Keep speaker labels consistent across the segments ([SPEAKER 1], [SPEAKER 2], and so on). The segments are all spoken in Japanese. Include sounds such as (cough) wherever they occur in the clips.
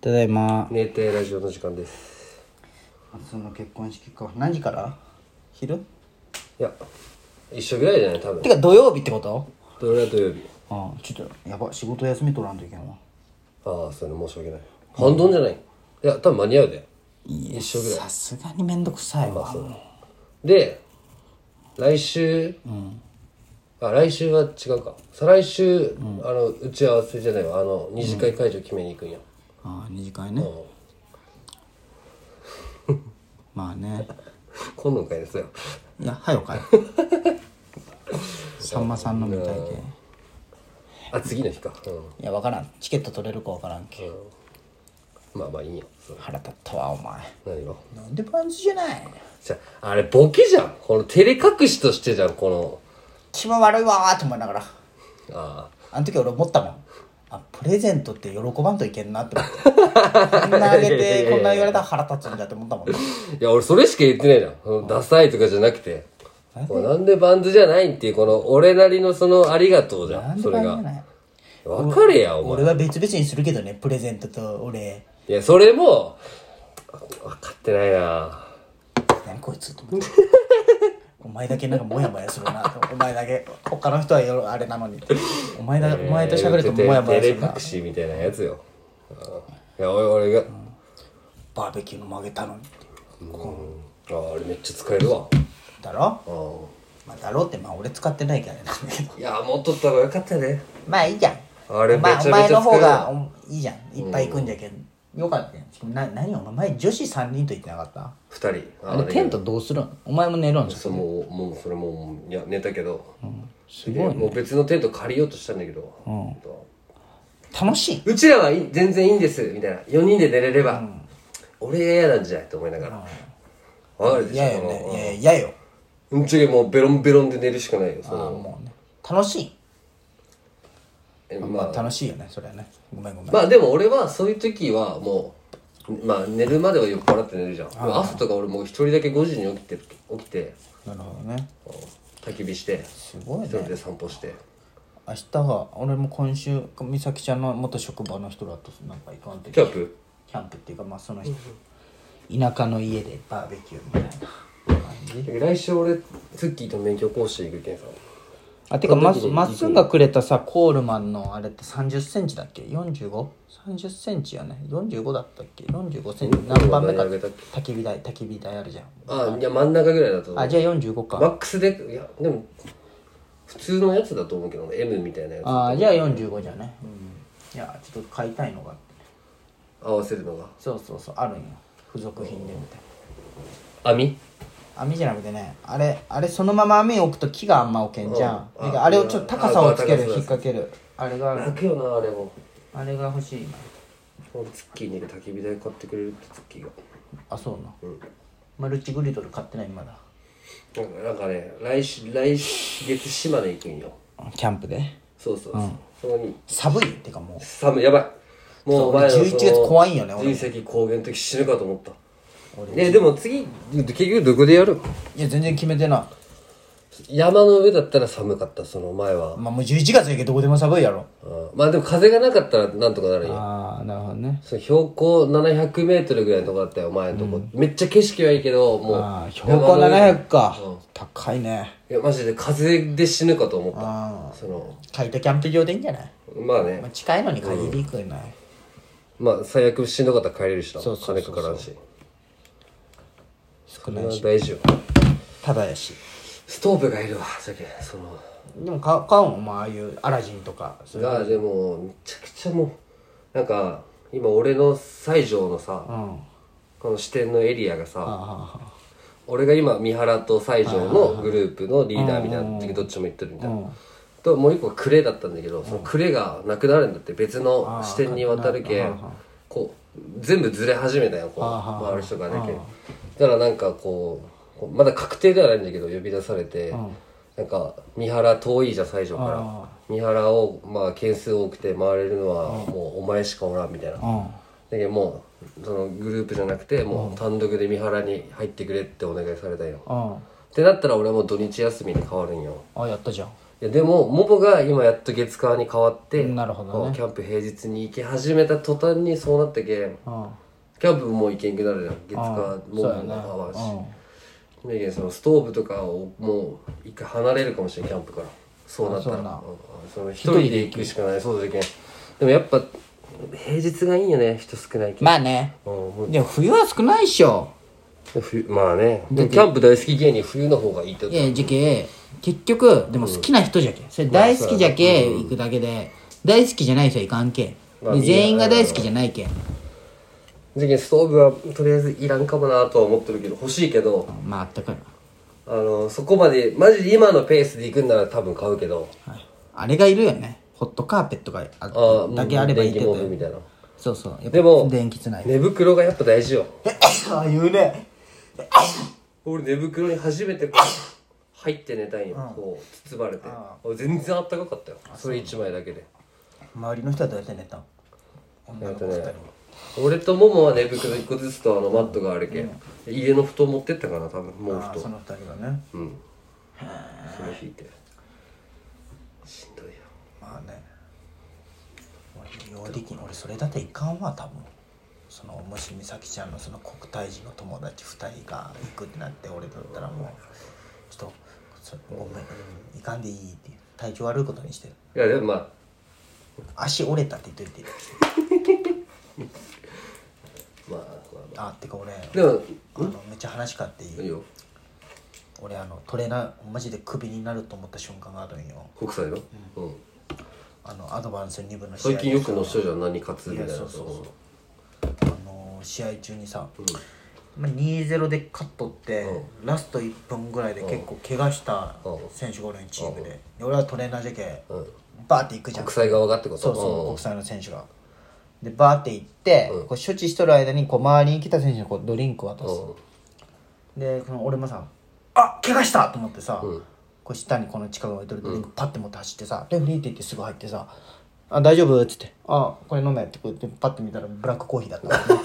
[SPEAKER 1] ただいま
[SPEAKER 2] 寝てラジオの時間です
[SPEAKER 1] その結婚式か何時から昼
[SPEAKER 2] いや一緒ぐらいじゃない多分
[SPEAKER 1] てか土曜日ってこと
[SPEAKER 2] 土曜日は土曜日
[SPEAKER 1] ああちょっとやば仕事休み取らんといけんわ
[SPEAKER 2] ああそれ申し訳ない半ドンじゃないいや多分間に合うで
[SPEAKER 1] 一緒ぐらいさすがにめんどくさいわ、
[SPEAKER 2] で来週、あ来週は違うか再来週、あの打ち合わせじゃないわあの二次会会場決めに行くんや、
[SPEAKER 1] ああ二次会ね、まあね
[SPEAKER 2] 今度の会ですよ
[SPEAKER 1] いやはよかい (laughs) さんまさんのみたいで
[SPEAKER 2] あ次の日か、う
[SPEAKER 1] いやわからんチケット取れるかわからんけ、
[SPEAKER 2] ん、まあまあいいよそう
[SPEAKER 1] 腹立ったわお前
[SPEAKER 2] 何が
[SPEAKER 1] なんでパンツじゃない
[SPEAKER 2] じゃああれボケじゃんこの照れ隠しとしてじゃんこの
[SPEAKER 1] 気分悪いわーと思いながら
[SPEAKER 2] あ
[SPEAKER 1] あの時俺思ったもんあプレゼントって喜ばんといけんなって思ってこんなあげてこんな言われたら腹立つんだって思ったもん
[SPEAKER 2] あいや俺それしか言ってないじゃんそのダサいとかじゃなくてこれなんでバンズじゃないんっていうこの俺なりのそのありがとうじゃ
[SPEAKER 1] なんん
[SPEAKER 2] そ
[SPEAKER 1] で
[SPEAKER 2] れ
[SPEAKER 1] パンツじゃ
[SPEAKER 2] が
[SPEAKER 1] ない
[SPEAKER 2] 分かれやお前
[SPEAKER 1] 俺は別々にするけどねプレゼントと俺
[SPEAKER 2] いやそれも分かってないな
[SPEAKER 1] 何こいつと思ってお前だけなんかモヤモヤするなお前だけ他の人はよあれなのにお前だお前と喋るとモヤモヤす
[SPEAKER 2] テ
[SPEAKER 1] る
[SPEAKER 2] レ
[SPEAKER 1] な
[SPEAKER 2] 隠しみたいなやつようんいや俺俺が、
[SPEAKER 1] バーベキューの曲げたのに
[SPEAKER 2] あああれめっちゃ使えるわ
[SPEAKER 1] だろ、
[SPEAKER 2] う
[SPEAKER 1] まあ、だろうってまあ俺使ってないからなんだけど
[SPEAKER 2] んいや持っとった方がよかったね
[SPEAKER 1] まあいいじゃん。
[SPEAKER 2] あれ
[SPEAKER 1] まあ
[SPEAKER 2] めちゃめちゃ
[SPEAKER 1] お前の方が
[SPEAKER 2] 使
[SPEAKER 1] おいいじゃん。いっぱい行くんじゃけん。よかったよ。しかもな何お前前女子3人と言ってなかった
[SPEAKER 2] 二人
[SPEAKER 3] あれテントどうするんお前も寝るんです
[SPEAKER 2] そうもうもうそれもういや寝たけど、
[SPEAKER 3] すごい
[SPEAKER 2] でもう別のテント借りようとしたんだけど、
[SPEAKER 1] 楽しい。
[SPEAKER 2] うちらはいい全然いいんですみたいな4人で寝れれば、俺が嫌なんじゃないと思いながら、わかるでしょ
[SPEAKER 1] 嫌よね。いやいや嫌よ。
[SPEAKER 2] このうんちげもうベロンベロンで寝るしかないよそ
[SPEAKER 1] あ
[SPEAKER 2] の
[SPEAKER 1] もうね。楽しい。
[SPEAKER 2] えま
[SPEAKER 1] まあ
[SPEAKER 2] あ、
[SPEAKER 1] 楽しいよね。それはね。ごめんごめん。
[SPEAKER 2] まあでも俺はそういう時はもうまあ寝るまでは酔っ払って寝るじゃんでも朝とか俺もう一人だけ5時に起きて起きて
[SPEAKER 1] なるほどね。
[SPEAKER 2] 焚き火して
[SPEAKER 1] すごい
[SPEAKER 2] 一
[SPEAKER 1] ね。
[SPEAKER 2] 人で散歩して
[SPEAKER 1] 明日は俺も今週美咲ちゃんの元職場の人だとなんか行かんとい
[SPEAKER 2] キ
[SPEAKER 1] け
[SPEAKER 2] ャ
[SPEAKER 1] ない
[SPEAKER 2] ンプ
[SPEAKER 1] キャンプっていうかまあその人田舎の家でバーベキューみたいな感じ
[SPEAKER 2] 来週俺ツッキーと免許講習行くけんさ
[SPEAKER 1] あてかまっすまっすんがくれたさコールマンのあれって3 0ンチだっけ 45?30 センチやね45だったっけ45センチ何番目か
[SPEAKER 2] 何上げたっ
[SPEAKER 1] 焚き火台焚き火台あるじゃん
[SPEAKER 2] あいや真ん中ぐらいだと思う
[SPEAKER 1] あじゃあ45
[SPEAKER 2] マ
[SPEAKER 1] か
[SPEAKER 2] ックスでいやでも普通のやつだと思うけどね M みたいなやつ
[SPEAKER 1] あじゃあ45じゃね、うん、いやちょっと買いたいのがあって
[SPEAKER 2] 合わせるのが
[SPEAKER 1] そうそうそうあるんよ付属品でみたい
[SPEAKER 2] 網
[SPEAKER 1] な網じゃなくてねあれあれそのまま網置くと木があんま置けんじゃん、
[SPEAKER 2] うんあ
[SPEAKER 1] なんかあれをちょっと高さをつけ
[SPEAKER 2] あ
[SPEAKER 1] る
[SPEAKER 2] 高さ
[SPEAKER 1] 引っ掛けるあれがある
[SPEAKER 2] 楽よなあれも
[SPEAKER 1] あれが欲しいな
[SPEAKER 2] 俺ツッキーに焚き火台買ってくれるってツッキーが
[SPEAKER 1] あそうな、マルチグリドル買ってないまだ
[SPEAKER 2] なんかなんかね来週来月島根行くんよ
[SPEAKER 1] キャンプで
[SPEAKER 2] そうそうそう、そこに
[SPEAKER 1] 寒いっていうかもう
[SPEAKER 2] 寒いやばいもうお前
[SPEAKER 1] そう11月怖いんよね俺
[SPEAKER 2] 人石高原の時死ぬかと思った
[SPEAKER 1] 俺
[SPEAKER 2] ねでも次結局どこでやる
[SPEAKER 1] いや全然決めてな
[SPEAKER 2] 山の上だったら寒かったその前は、
[SPEAKER 1] いまあもう11月やけどどこでも寒いやろ
[SPEAKER 2] うんまあでも風がなかったらなんとかなるんよ
[SPEAKER 1] ああなるほどね
[SPEAKER 2] そう標高700メートルぐらいのとこだったよ、お前のとこ。めっちゃ景色はいいけど、もう。
[SPEAKER 1] ああ標高700か、
[SPEAKER 2] うん
[SPEAKER 1] 高いね
[SPEAKER 2] いや、マジで風で死ぬかと思っ
[SPEAKER 1] あ
[SPEAKER 2] た。その、
[SPEAKER 1] あ借りたキャンプ場でいいんじゃない、
[SPEAKER 2] まあね
[SPEAKER 1] まあ、、近いのに限り行くんない、
[SPEAKER 2] まあ最悪しんどかったら帰れるしな。
[SPEAKER 1] そうそうそう
[SPEAKER 2] 金かからんし。
[SPEAKER 1] 少
[SPEAKER 2] ま
[SPEAKER 1] な
[SPEAKER 2] あ
[SPEAKER 1] いした
[SPEAKER 2] 大事よ。
[SPEAKER 1] ただやし
[SPEAKER 2] ストーブがいるわ、じゃけ。その、
[SPEAKER 1] でも買う買うもんまあああいうアラジンとかそれ
[SPEAKER 2] が、でも、めちゃくちゃもう、なんか、今俺の西条のさ、
[SPEAKER 1] うん
[SPEAKER 2] この支店のエリアがさ、
[SPEAKER 1] ああ
[SPEAKER 2] 俺が今三原と西条のグループのリーダーみたいな時どっちも行ってるみたいな。ともう一個はクレだったんだけどそのクレがなくなるんだって別の支店に渡るけんこう全部ずれ始めたよこう回る人がねけんだからなんかこうこうまだ確定ではないんだけど呼び出されてなんか三原遠いじゃん西条から三原をまあ件数多くて回れるのはもうお前しかおらんみたい
[SPEAKER 1] う
[SPEAKER 2] な
[SPEAKER 1] ん
[SPEAKER 2] だけどもうそのグループじゃなくてもう単独で三原に入ってくれってお願いされたよ
[SPEAKER 1] うん
[SPEAKER 2] ってなったら俺はもう土日休みに変わるんよ
[SPEAKER 1] ああやったじゃん
[SPEAKER 2] いやでもモボが今やっと月間に変わって
[SPEAKER 1] なるほどね
[SPEAKER 2] あキャンプ平日に行き始めた途端にそうなったけん
[SPEAKER 1] うん
[SPEAKER 2] キャンプも行けんくなるじゃん月間も
[SPEAKER 1] そうやね
[SPEAKER 2] 合わんし
[SPEAKER 1] うん
[SPEAKER 2] だけどそのストーブとかをもう一回離れるかもしれんキャンプからそうなったら
[SPEAKER 1] あそう
[SPEAKER 2] うん
[SPEAKER 1] な
[SPEAKER 2] その一人で行くしかないそうだけんでもやっぱ平日がいいよね人少ないけん、
[SPEAKER 1] まあね
[SPEAKER 2] うんもう
[SPEAKER 1] でも冬は少ないっしょ
[SPEAKER 2] 冬まあねでもキャンプ大好き芸人冬の方がいいって
[SPEAKER 1] いやじゃけ結局でも好きな人じゃけそれ大好きじゃけ行くだけで大好きじゃない人はいかんけ
[SPEAKER 2] まあ
[SPEAKER 1] で全員が大好きじゃないけ
[SPEAKER 2] じゃけんストーブはとりあえずいらんかもなとは思ってるけど欲しいけど
[SPEAKER 1] まああったかい
[SPEAKER 2] あのそこまでマジで今のペースで行くんなら多分買うけど
[SPEAKER 1] わはいあれがいるよねホットカーペットがあ
[SPEAKER 2] あ
[SPEAKER 1] だけあればいいけ
[SPEAKER 2] 電
[SPEAKER 1] ど
[SPEAKER 2] 気毛布みたいな
[SPEAKER 1] そうそうやっぱ
[SPEAKER 2] でも
[SPEAKER 1] 電気つないで
[SPEAKER 2] 寝袋がやっぱ大事よ
[SPEAKER 1] ああ言うね
[SPEAKER 2] 俺寝袋に初めてこう入って寝たんよ、こう包まれて俺全然あったかかったよそれ一枚だけで
[SPEAKER 1] 周りの人はどうやって寝たん
[SPEAKER 2] えっとね俺とモモは寝袋一個ずつとあのマットがあるけん、家の布団持ってったかな多分毛布と
[SPEAKER 1] の二人がね
[SPEAKER 2] うんそれ引いてしんどいよ
[SPEAKER 1] まあね俺用できん俺それだっていかんわ多分そのもし美咲ちゃんのその国体児の友達2人が行くってなって俺だったらもうちょっとそごめんうんいかんでいいって体調悪いことにして
[SPEAKER 2] いやでもまあ
[SPEAKER 1] 足折れたって言っといて
[SPEAKER 2] まあまあま
[SPEAKER 1] あってか俺
[SPEAKER 2] あでも
[SPEAKER 1] あのめっちゃ話変わってい
[SPEAKER 2] いい
[SPEAKER 1] い
[SPEAKER 2] よ
[SPEAKER 1] 俺あのトレーナーマジでクビになると思った瞬間があるんよ
[SPEAKER 2] 国際のうん
[SPEAKER 1] あのアドバンス2部の試合
[SPEAKER 2] 最
[SPEAKER 1] で
[SPEAKER 2] 近よくの人じゃん何勝つみたいな
[SPEAKER 1] や
[SPEAKER 2] と
[SPEAKER 1] そうそう
[SPEAKER 2] こ
[SPEAKER 1] あの試合中にさ、まあ、2-0で勝っとって、ラスト1分ぐらいで結構怪我した
[SPEAKER 2] うん
[SPEAKER 1] 選手がおるんよチームで,で、俺はトレーナーじゃけ、
[SPEAKER 2] うん
[SPEAKER 1] バーって行くじゃん
[SPEAKER 2] 国際側がってこと
[SPEAKER 1] そうそう国際の選手がでバーって行って、
[SPEAKER 2] うん
[SPEAKER 1] こう処置しとる間にこう周りに来た選手にこうドリンク渡
[SPEAKER 2] う
[SPEAKER 1] す
[SPEAKER 2] ん、うん
[SPEAKER 1] でその俺もさ「あ怪我した!」と思ってさ、
[SPEAKER 2] うん
[SPEAKER 1] こう下にこの近くに置いてるドリンクパッて持って走ってさ「レフリー」って言ってすぐ入ってさ「あ大丈夫?」っつって「あこれ飲め」ってこうやってパッて見たらブラックコーヒーだった
[SPEAKER 2] (laughs)
[SPEAKER 1] の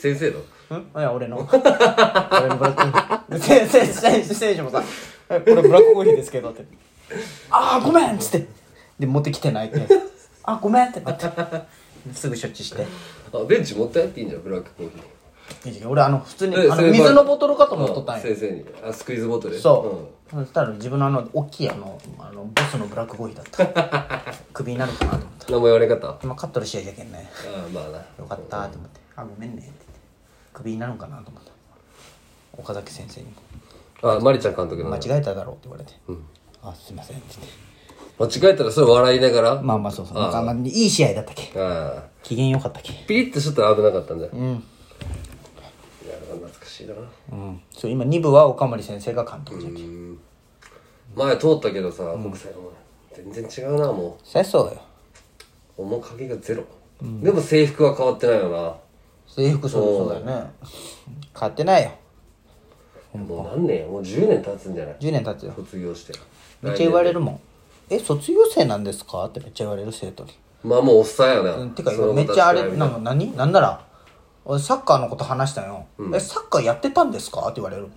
[SPEAKER 2] 先生の
[SPEAKER 1] うんいや俺の俺のブラックコーヒー選手選手選手もさ「えこれブラックコーヒーですけど」って「あーごめん」っつってで持ってきてないって「あごめん」ってなってすぐ処置して
[SPEAKER 2] あベンチ持ってやっていいんじゃんブラックコーヒー
[SPEAKER 1] いや俺あの普通に
[SPEAKER 2] え
[SPEAKER 1] あ
[SPEAKER 2] そ
[SPEAKER 1] の
[SPEAKER 2] れ
[SPEAKER 1] 水のボトルかと思っとったん
[SPEAKER 2] あ
[SPEAKER 1] や
[SPEAKER 2] 先生にあスクイーズボトル
[SPEAKER 1] そう、そしたら自分のあの大きいあのあのボスのブラックコーヒーだったクビになるかなと思った
[SPEAKER 2] うん名前言われ方あ
[SPEAKER 1] 今勝っとる試合じゃけんね
[SPEAKER 2] あまあな
[SPEAKER 1] よかったと思って「あごめんね」って言ってクビになるんかなと思った岡崎先生にも
[SPEAKER 2] あマリちゃん監督
[SPEAKER 1] 「
[SPEAKER 2] の
[SPEAKER 1] 間
[SPEAKER 2] 間違
[SPEAKER 1] 違えただろ」うって言われて「あすいません」って言って
[SPEAKER 2] えたらそれ笑いながら
[SPEAKER 1] まあまあそうそうなんかまあいい試合だったっけ
[SPEAKER 2] あ
[SPEAKER 1] 機嫌良かったっけ
[SPEAKER 2] ピリッとちょっと危なかったんだようんいや懐かしいな
[SPEAKER 1] うんそう今2部は岡森先生が監督じゃけ、ん、
[SPEAKER 2] 前通ったけどさ国際も全然違うなも
[SPEAKER 1] そりゃそうだよ
[SPEAKER 2] う面影がゼロでも制服は変わってないよな
[SPEAKER 1] 制服そうそうだよね買ってないよ
[SPEAKER 2] もう何年やもう10年経つんじゃない
[SPEAKER 1] 10年経つよ
[SPEAKER 2] 卒業して
[SPEAKER 1] めっちゃ言われるもん「え卒業生なんですか?」ってめっちゃ言われる生徒に
[SPEAKER 2] まあもうおっさんやな、
[SPEAKER 1] うんてか
[SPEAKER 2] その
[SPEAKER 1] 今
[SPEAKER 2] 子
[SPEAKER 1] め
[SPEAKER 2] た
[SPEAKER 1] っちゃあれ
[SPEAKER 2] から見た
[SPEAKER 1] なん
[SPEAKER 2] ら
[SPEAKER 1] か何なんなら俺サッカーのこと話したよ、えサッカーやってたんですかって言われるもん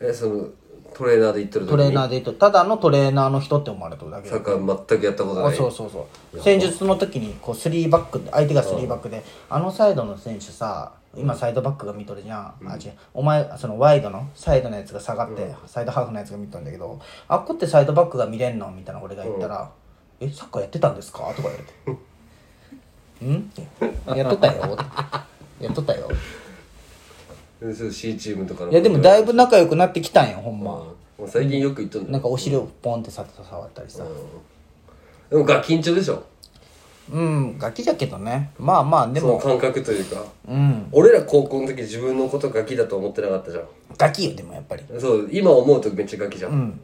[SPEAKER 2] えそのトレーナーで行ってる時に
[SPEAKER 1] トレーナーで言うとただのトレーナーの人って思われてるだけ
[SPEAKER 2] サッカー全くやったこと
[SPEAKER 1] あ
[SPEAKER 2] ない
[SPEAKER 1] そうそうそう戦術の時にこう3バックで相手が3バックで、あのサイドの選手さ今サイドバックが見とるじゃん、あ違うお前そのワイドのサイドのやつが下がって、サイドハーフのやつが見とるんだけどあっこってサイドバックが見れんのみたいな俺が言ったら「えサッカーやってたんですか?」とか言われて (laughs) 「うん?」って「やっとったよ」って「やっとったよ」
[SPEAKER 2] でその C チームとかの
[SPEAKER 1] いやでもだいぶ仲良くなってきたんよほん
[SPEAKER 2] うん
[SPEAKER 1] ま、
[SPEAKER 2] もう最近よく行っとんだ
[SPEAKER 1] なんかお尻をポンってさっと触ったりさ、
[SPEAKER 2] でもガキンチョでしょ
[SPEAKER 1] うんガキじゃけどねまあまあで
[SPEAKER 2] その
[SPEAKER 1] も
[SPEAKER 2] 感覚というか
[SPEAKER 1] うん
[SPEAKER 2] 俺ら高校の時自分のことガキだと思ってなかったじゃん
[SPEAKER 1] ガキよでもやっぱり
[SPEAKER 2] そう今思うとめっちゃガキじゃん、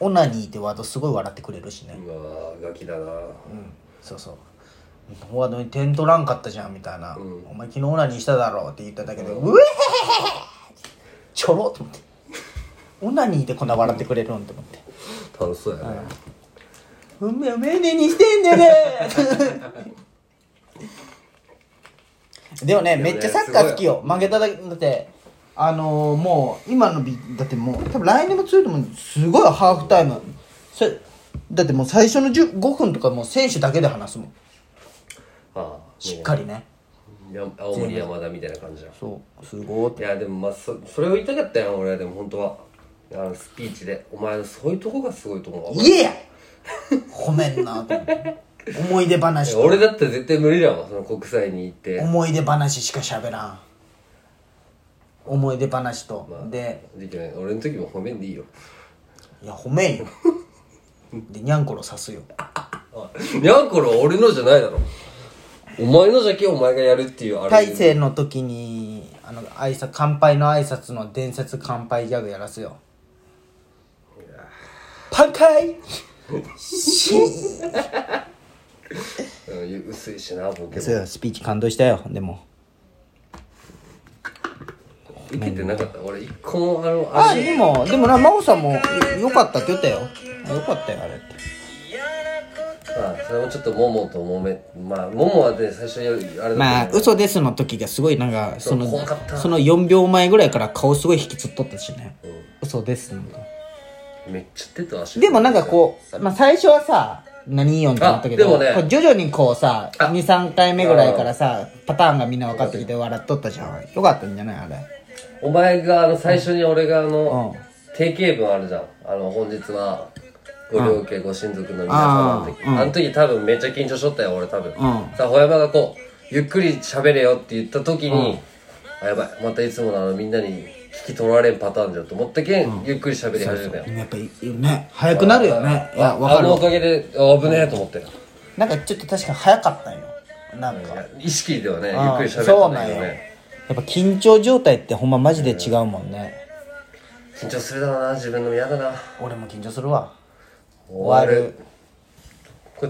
[SPEAKER 1] オナニーってワードすごい笑ってくれるしね、
[SPEAKER 2] うわガキだな、
[SPEAKER 1] そうそうワードに点取らんかったじゃんみたいな、お前昨日オナニーしただろうって言っただけで、うえへへへちょろっと思ってオナニーでこんな笑ってくれるんって思って
[SPEAKER 2] 楽しそうやね、
[SPEAKER 1] うめえうめえねにしてんだねでもねめっちゃサッカー好きよ負けただけだってあのーもう今のビだってもう多分来年も強いと思うすごいハーフタイムそれだってもう最初の10 5分とかもう選手だけで話すもん
[SPEAKER 2] ああ
[SPEAKER 1] しっかりね
[SPEAKER 2] や青森山田みたいな感じだ
[SPEAKER 1] そうすごーって
[SPEAKER 2] いやでもまあそそれを言いたかったよ俺はでも本当はあのスピーチでお前のそういうとこがすごいと思うわ
[SPEAKER 1] 言えや褒めんなと思って思い出話と
[SPEAKER 2] 俺だったら絶対無理だわその国際に行って
[SPEAKER 1] 思い出話しか喋らん思い出話と、で
[SPEAKER 2] できない俺の時も褒めんでいいよ
[SPEAKER 1] いや褒め
[SPEAKER 2] (laughs)
[SPEAKER 1] んよでにゃんころ刺すよ
[SPEAKER 2] (laughs) ニャンコロは俺のじゃないだろお前のじゃけお前がやるっていうあれ
[SPEAKER 1] 大勢の時にあの挨拶乾杯の挨拶の伝説乾杯ギャグやらすよパンカ
[SPEAKER 2] (laughs)
[SPEAKER 1] イシーン
[SPEAKER 2] うん薄いしなボケも
[SPEAKER 1] そうスピーチ感動したよでも
[SPEAKER 2] 受けてなかった俺一個もあの
[SPEAKER 1] あ
[SPEAKER 2] あれ
[SPEAKER 1] でもでもな真央さんもよよかったって言ったよあよかったよあれって
[SPEAKER 2] あそれもちょっとももともめまあももはね最初にあれだけど
[SPEAKER 1] まあ嘘ですの時がすごいなんかその
[SPEAKER 2] 怖かった
[SPEAKER 1] その4秒前ぐらいから顔すごい引きつっとったしね、嘘ですなんか
[SPEAKER 2] めっちゃ出てた足
[SPEAKER 1] でもなんかこう、まあ、最初はさ何言おうんってなったけど
[SPEAKER 2] あでもね
[SPEAKER 1] こう徐々にこうさ
[SPEAKER 2] あ
[SPEAKER 1] 23回目ぐらいからさパターンがみんな分かってきて笑っとったじゃんよかったんじゃないあれ
[SPEAKER 2] お前があの最初に俺があの
[SPEAKER 1] うん
[SPEAKER 2] 定型文あるじゃんあの本日はご両家ご親族の皆様の時あの時多分めっちゃ緊張しとったよ俺多分さあ小山がこうゆっくり喋れよって言った時にあやばいまたいつものあのみんなに聞き取られんパターンじゃんと思ったけんゆっくり喋り始めたよ
[SPEAKER 1] でもやっぱいいよね早くなるよねいや分
[SPEAKER 2] あ
[SPEAKER 1] かる
[SPEAKER 2] のお
[SPEAKER 1] わ
[SPEAKER 2] かげであ危ねえと思ってる
[SPEAKER 1] なんかちょっと確かに早かったんよなんか
[SPEAKER 2] 意識ではねゆっ
[SPEAKER 1] あ
[SPEAKER 2] く
[SPEAKER 1] あ
[SPEAKER 2] り喋って
[SPEAKER 1] そう
[SPEAKER 2] た
[SPEAKER 1] なん
[SPEAKER 2] け
[SPEAKER 1] よ
[SPEAKER 2] ど
[SPEAKER 1] や
[SPEAKER 2] ね
[SPEAKER 1] っぱ緊張状態ってほんまマジで違うもんね
[SPEAKER 2] 緊張するだろうな自分のも嫌だな
[SPEAKER 1] 俺も緊張するわ
[SPEAKER 2] 終わる